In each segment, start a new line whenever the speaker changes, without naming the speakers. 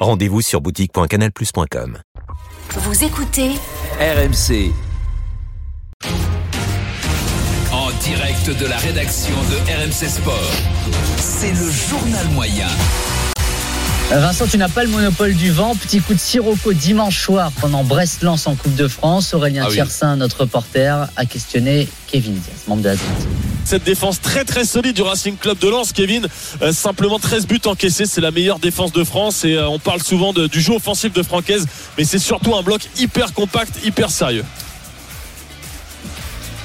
Rendez-vous sur boutique.canalplus.com.
Vous écoutez
RMC. En direct de la rédaction de RMC Sport. C'est le journal moyen.
Vincent, tu n'as pas le monopole du vent. Petit coup de sirocco dimanche soir pendant Brest-Lens en Coupe de France. Aurélien
Ah oui.
Tiersin, notre reporter, a questionné Kevin Diaz, membre de la Dream Team.
cette défense très très solide du Racing Club de Lens. Kevin, euh, simplement 13 buts encaissés, c'est la meilleure défense de France et euh, on parle souvent de- du jeu offensif de Francaise, mais c'est surtout un bloc hyper compact, hyper sérieux.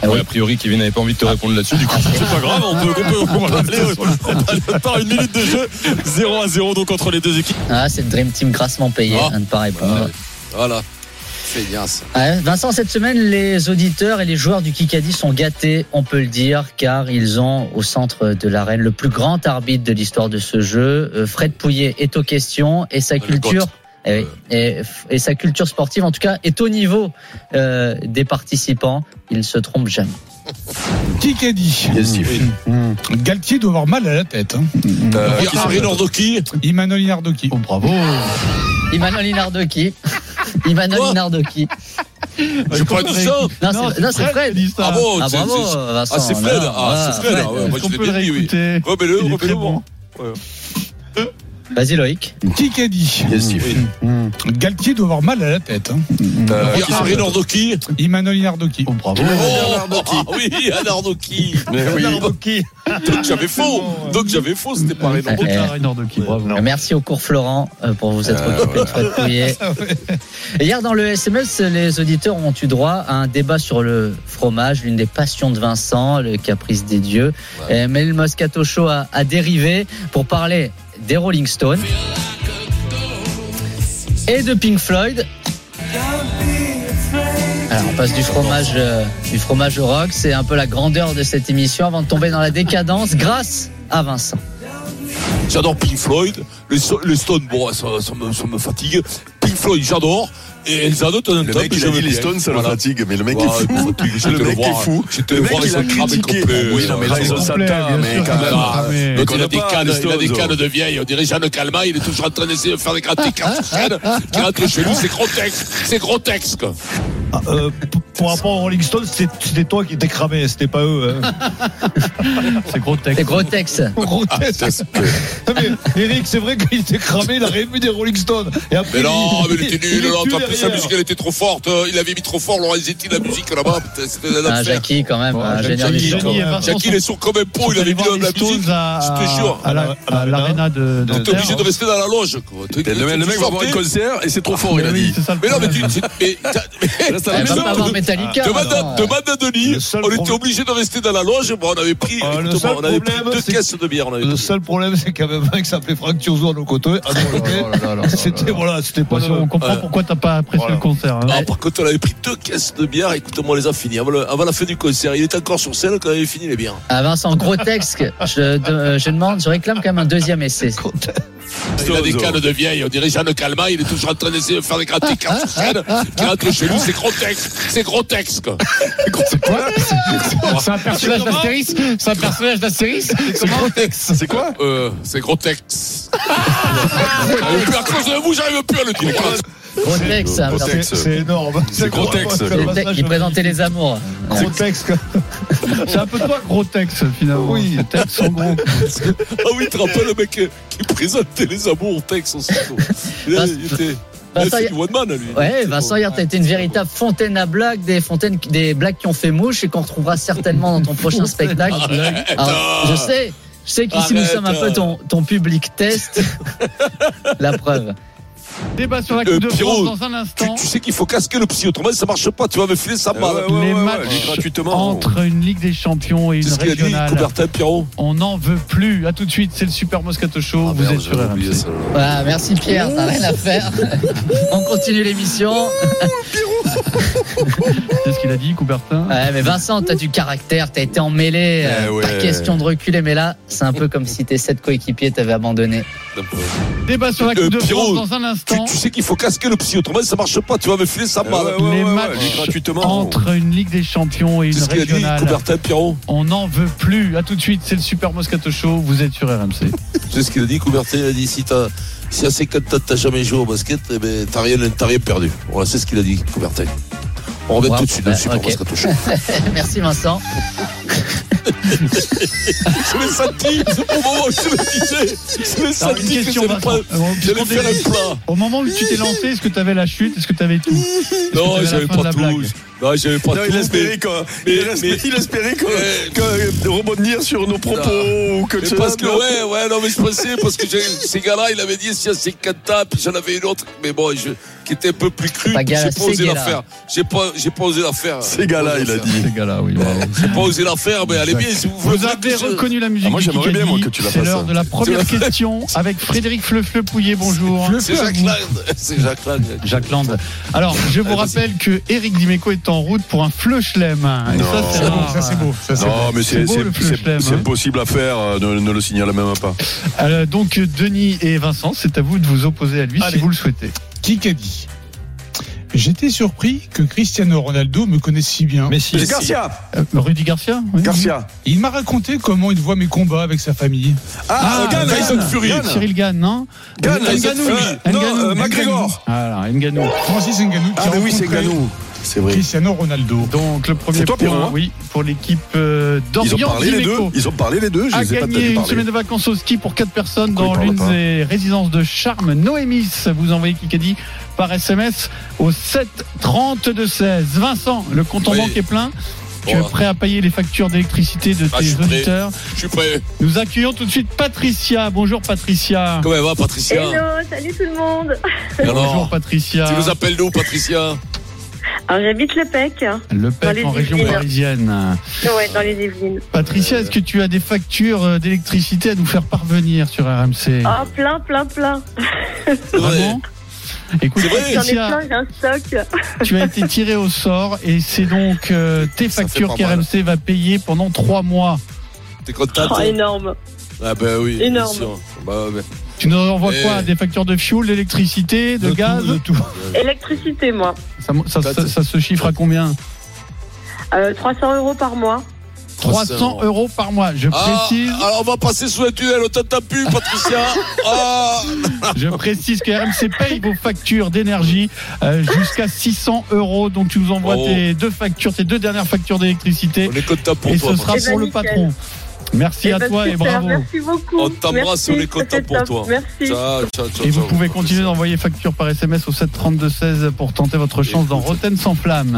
Ah oui.
Ouais, a priori, Kevin n'avait pas envie de te répondre là-dessus. Du coup,
Ah, C'est pas grave, on peut, on peut, on peut aller, on peut aller par une minute de jeu, 0 à 0 donc entre les deux équipes.
Ah, cette Dream Team grassement hein, payée,
Oh.
à ne pas
Ah,
répondre.
Voilà. Feignasse.
Ouais, Vincent, cette semaine, les auditeurs et les joueurs du Kikadi sont gâtés, on peut le dire, car ils ont au centre de l'arène le plus grand arbitre de l'histoire de ce jeu. Euh, Fred Pouillet est aux questions et sa
Le
culture. eh oui,
Euh.
Et, et sa culture sportive, en tout cas, est au niveau euh, des participants. Il ne se trompe jamais.
Qui qu'a dit
Mm.
Galtier doit avoir mal à la tête. hein.
Euh,
Qui s'appelle-
Nordoki.
Imanol Inardoki.
Oh,
bravo.
Imanol Inardoki. Imanol
Quoi
Inardoki.
J'ai pas dit ça.
Non, c'est- non, c'est Fred.
dit ça.
Ah bon,
Ah,
c'est-
bravo,
c'est-
Vincent.
ah, c'est Fred.
Non,
Ah, c'est Fred.
ouais.
Ah, ouais, moi,
Est-ce
je
qu'on
l'ai
peut le
bien dit, oui.
réécouter
Remets-le,
Il est très
remets-le.
bon.
Vas-y, Loïc.
Qui qu'a dit Galtier doit avoir mal à la tête. hein.
Euh,
Qui
qui
s'appelle-
s'appelle- Nordoki.
Imanol Inardoki. bravo.
Oh, ah oui, à Nordoki. Donc j'avais faux. Donc j'avais faux, c'était pas Renan
Eh,
bravo.
Merci au cours Florent euh, pour vous être occupé de Fred Pouillet. Hier dans le SMS, les auditeurs ont eu droit à un débat sur le fromage, l'une des passions de Vincent, le caprice des dieux. Euh, Mais le Moscato Show a, a dérivé pour parler des Rolling Stones et de Pink Floyd. Alors on passe du fromage, euh, du fromage au rock, c'est un peu la grandeur de cette émission avant de tomber dans la décadence grâce à Vincent.
J'adore Pink Floyd. Les, so les Stones, bon, ça, ça me, ça me fatigue. Pink Floyd, j'adore. Et Elsa Dot, un
Le
top,
mec, il a
j'aime
dit les
bien.
Stones, ça le
Voilà.
fatigue, mais le mec
Ouais,
est fou.
il me fatigue,
Le
j'étais
mec
voir,
est fou.
j'étais
Le mec,
voir, ils
il a
sont cramés
critiqué.
complets.
Oui, non, mais là,
Ouais,
ils ont
ouais.
sa
complet,
tarte,
bien
mais
sûr.
quand même.
Ah,
Ah, mais-
Donc il a
On
des
n'a pas
cannes,
des
il a des
Stones.
cannes de vieille. On dirait Jeanne Calma, il est toujours en train d'essayer de faire des grattes cartes sur chaîne. Qui rentre chez lui, c'est grotesque. C'est grotesque. quoi.
Euh, p- pour rapport aux Rolling Stones, c'était- c'était toi qui étais cramé, c'était pas eux. hein. C'est gros
C'est gros texte.
Ah,
Grotesque.
Mais Eric, c'est vrai qu'il était cramé, il a réému des Rolling Stones. Et après,
Mais non,
il-
mais il était
il
nul.
les
l'autre,
tue
Après, sa
derrière.
musique, elle était trop forte. euh, Il avait mis trop fort Lorenzetti, la musique là-bas. putain, C'était un
Ah,
affaire.
Jackie, quand même, un génial
Jackie,
du
Jackie,
show.
et Vincent
Jackie,
sont-
il est sourd comme un pot.
sont
Il avait
allés
mis
voir
la
les
musique.
Stones à-
je te jure.
à la- à l'aréna de. de
T'es obligé
Terre.
de rester dans la loge. quoi. T'es-
Le
tu
mec va
sortais-
voir un concert et c'est trop fort, il a
Oui,
dit.
c'est ça le
Mais non, mais
problème.
tu. tu- Mais, t'as- mais-
Là, ça
Elle
va
mais
va
mieux.
pas voir Metallica.
Demande à,
non.
demande à Denis,
Le seul
on était
problème-
obligé de rester dans la loge, bon, on avait pris,
Ah, le
écoute-moi,
seul
on avait pris
problème,
deux
c'est-
caisses de bière. On avait
Le
pris.
seul problème, c'est qu'un mec qui s'appelait Franck Turzo à nos côtés, à nos côtés, c'était voilà, c'était pas
Bon,
sûr.
On comprend pourquoi t'as pas apprécié
Voilà.
le concert. hein.
Ah, par contre, on avait pris deux caisses de bière, écoute-moi, on les a finies avant, le- avant la fin du concert. Il était encore sur scène quand on avait fini les bières.
Ah, Vincent, gros texte. Je, de- euh, je demande, je réclame quand même un deuxième essai.
Il a des cannes de vieille, on dirait Jeanne Calma, il est toujours en train d'essayer de faire des gratter cartes sur scène, qui rentre chez lui, c'est grotesque, c'est grotesque. quoi.
C'est un personnage d'Astéris. C'est un personnage d'Astéris. C'est Grotesque.
C'est quoi
Euh, c'est grotesque. J'arrive plus à cause de vous, j'arrive plus à le dire.
Gros texte. hein,
gros
Vincent.
C'est- C'est énorme. C'est
gros texte.
c'est un
Le
passage
texte qui présentait les amours.
Gros texte.
C'est un peu toi, gros texte, finalement.
Oui. Euh,
Ces textes sont gros.
Ah oui, tu te rappelles le mec euh, qui présentait les amours au texte en studio. Il a- il était. Il a
Vincent,
fait
il-
du one man, lui.
Ouais,
C'est
Vincent,
bon.
hier, t'as été une véritable fontaine à blagues, des fontaines, des blagues qui ont fait mouche et qu'on retrouvera certainement dans ton prochain spectacle. Alors, je sais, je sais qu'ici nous
Arrête.
sommes un peu ton, ton public test. La preuve.
Débat sur la
Euh,
Coupe de
Pierrot,
France dans un
Tu,
instant.
tu sais qu'il faut casquer le psy, autrement ça marche pas, tu vas me filer ça mal.
Euh, ouais, ouais,
Les
ouais,
matchs
lui, gratuitement.
Entre une Ligue des Champions et
C'est
une
ce qu'il a dit,
régionale.
Coubertin Pierrot.
On n'en veut plus. À tout de suite, c'est le Super Moscato Show. Vous êtes sur RMC.
Voilà, Ah, merci Pierre, t'as rien à faire. On continue l'émission.
C'est ce qu'il a dit, Coubertin.
Ouais, mais Vincent, t'as du caractère, t'as été emmêlé.
Eh
euh,
ouais.
Pas question de reculer, mais là, c'est un peu comme si tes sept coéquipiers t'avaient abandonné.
Débat sur la
Euh,
Coupe de
Pierrot,
France dans un
Tu,
instant.
tu Ah, sais qu'il faut casquer le psy, autrement ça marche pas, tu vas me filer ça mal.
Euh, Ouais, ouais,
Les
ouais, ouais,
matchs
lui, gratuitement.
Entre une Ligue des Champions et
C'est
une
ce qu'il a dit,
régionale.
Coubertin Pierrot.
On n'en veut plus. À tout de suite, c'est le Super Moscato Show. Vous êtes sur RMC.
C'est ce qu'il a dit, Coubertin, il a dit si t'as. Si à 50 ans t'as jamais joué au basket, eh ben, t'as rien, t'as rien perdu. Voilà, c'est ce qu'il a dit, Coubertin. On revient
Ouais,
tout de suite
bah,
dessus,
ok.
parce qu'on touche.
Merci Vincent.
Je l'ai senti, au moment où je le disais, je l'ai
Alors, une
senti que
question,
j'allais
Vincent.
pas-
Avant-
j'allais
puisqu'on
faire
est-
un plat.
Au moment où tu t'es lancé, est-ce que t'avais la chute Est-ce que t'avais tout
Non,
C'était la
j'avais
fin de la
pas tout.
blague.
Non, j'avais pas
Non,
tout.
il
mais-
espérait quoi
mais-
il espérait,
mais-
il espérait qu'on-
Euh,
qu'on- de rebondir sur nos propos ou que
mais
cela-
parce que, ouais, ouais, non, mais je pensais, parce que j'ai- ces gars-là, il avait dit si à 50 ans, puis j'en avais une autre, mais bon, je, qui était un peu plus crue,
Pas
puis
gars-
j'ai pas
ces
osé la
gars-là.
faire. J'ai pas, j'ai pas osé la faire.
Ces gars-là, il a dit.
Ces gars-là, oui. bravo.
J'ai pas osé la faire, mais allez bien, si vous voulez.
Vous avez
que je-
reconnu la musique.
Ah, moi,
de
j'aimerais
Kikadi.
bien, moi, que tu la
C'est
fasses,
l'heure
hein.
de la première
Tu la-
question avec Frédéric Fleu-Fleu Pouillet. Bonjour.
C'est Jacques Lang. C'est Jacques Lang.
Jacques Land. Alors, je vous rappelle que Eric Dimeco est en route pour un Fleuchlem. Et ça,
Oh.
c'est
Non.
rare.
Ça, c'est beau. Ça, c'est
Non, mais
C'est
c'est
beau,
c'est-
le fleu
c'est-
chelem,
c'est
hein.
impossible à faire, euh, ne, ne le signale même pas.
Alors, donc, Denis et Vincent, c'est à vous de vous opposer à lui
Allez.
si vous le souhaitez.
Qui qu'a dit J'étais surpris que Cristiano Ronaldo me connaisse si bien.
si.
Garcia
Euh, Rudy Garcia oui.
Garcia
Il m'a raconté comment il voit mes combats avec sa famille.
Ah, Gann,
Gann.
Tyson Fury
Cyril Gann, hein. non
Gann,
Nganou.
Tyson Fury Non,
Nganou.
euh, McGregor
Voilà, Nganou.
Francis Ngannou qui
Ah,
a
mais oui, c'est
rencontré
Ganou C'est vrai.
Cristiano Ronaldo.
Donc, le premier
C'est toi,
point,
Pierrot, hein
oui, pour l'équipe euh,
Ils ont
d'Orient
parlé les deux
Dimeco.
Ils ont parlé les deux, je
a
les ai pas
gagné
tenus
une
parler.
semaine de vacances au ski pour 4 personnes
Pourquoi
dans
il parle pas
l'une des résidences de charme Noémis. Vous envoyez Kikadi par SMS au 7 32 16. Vincent, le compte en
Oui.
banque est plein. Tu
Bon.
es prêt à payer les factures d'électricité de
Ah, je
tes
suis prêt.
auditeurs
Je suis prêt.
Nous accueillons tout de suite Patricia. Bonjour Patricia.
Comment elle va, Patricia
Hello, salut tout le monde.
Bonjour
Alors,
Patricia.
tu nous appelles d'où, Patricia
Alors j'habite le PEC, hein.
Le
Dans
PEC
les
en région
Yvelines.
parisienne.
ouais, dans les Yvelines.
Patricia, est-ce que tu as des factures euh, d'électricité à nous faire parvenir sur RMC
Ah, plein, plein, plein.
C'est vrai.
Vraiment Écoute,
C'est vrai
J'en ai
Patricia,
plein, j'ai un stock.
Tu as été tiré au sort et c'est donc euh, tes
Ça
factures
fait pas mal.
qu'RMC va payer pendant trois mois.
T'es contente hein
Oh, énorme.
Ah, ben oui. bien
Énorme.
sûr. Bah, ouais.
Tu nous envoies
Eh.
quoi Des factures de fioul, d'électricité, de,
De tout,
gaz
de tout.
Électricité, moi.
Ça, ça-
Ça,
ça-
c'est-
ça se chiffre à combien
Euh, 300 euros par mois.
300 euros par mois. Je
Ah,
précise,
alors on va passer sous un tunnel, on t'entend plus, Patricia. Ah,
je précise que RMC paye vos factures d'énergie euh, jusqu'à 600 euros. Donc tu nous envoies
Oh.
tes deux factures, tes deux dernières factures d'électricité
on est content pour
et
toi.
ce sera
Patricia.
Eh ben,
pour le
nickel.
patron. Merci
Eh
à
ben,
toi et
super,
bravo.
Merci beaucoup.
On t'embrasse,
Merci,
on est
ça
content
fait
hein, pour
top.
toi.
Merci.
Ciao, ciao, ciao,
Et vous
ciao,
pouvez
Patricia.
continuer d'envoyer facture par SMS au 732 16 pour tenter votre chance dans Roten sans flamme.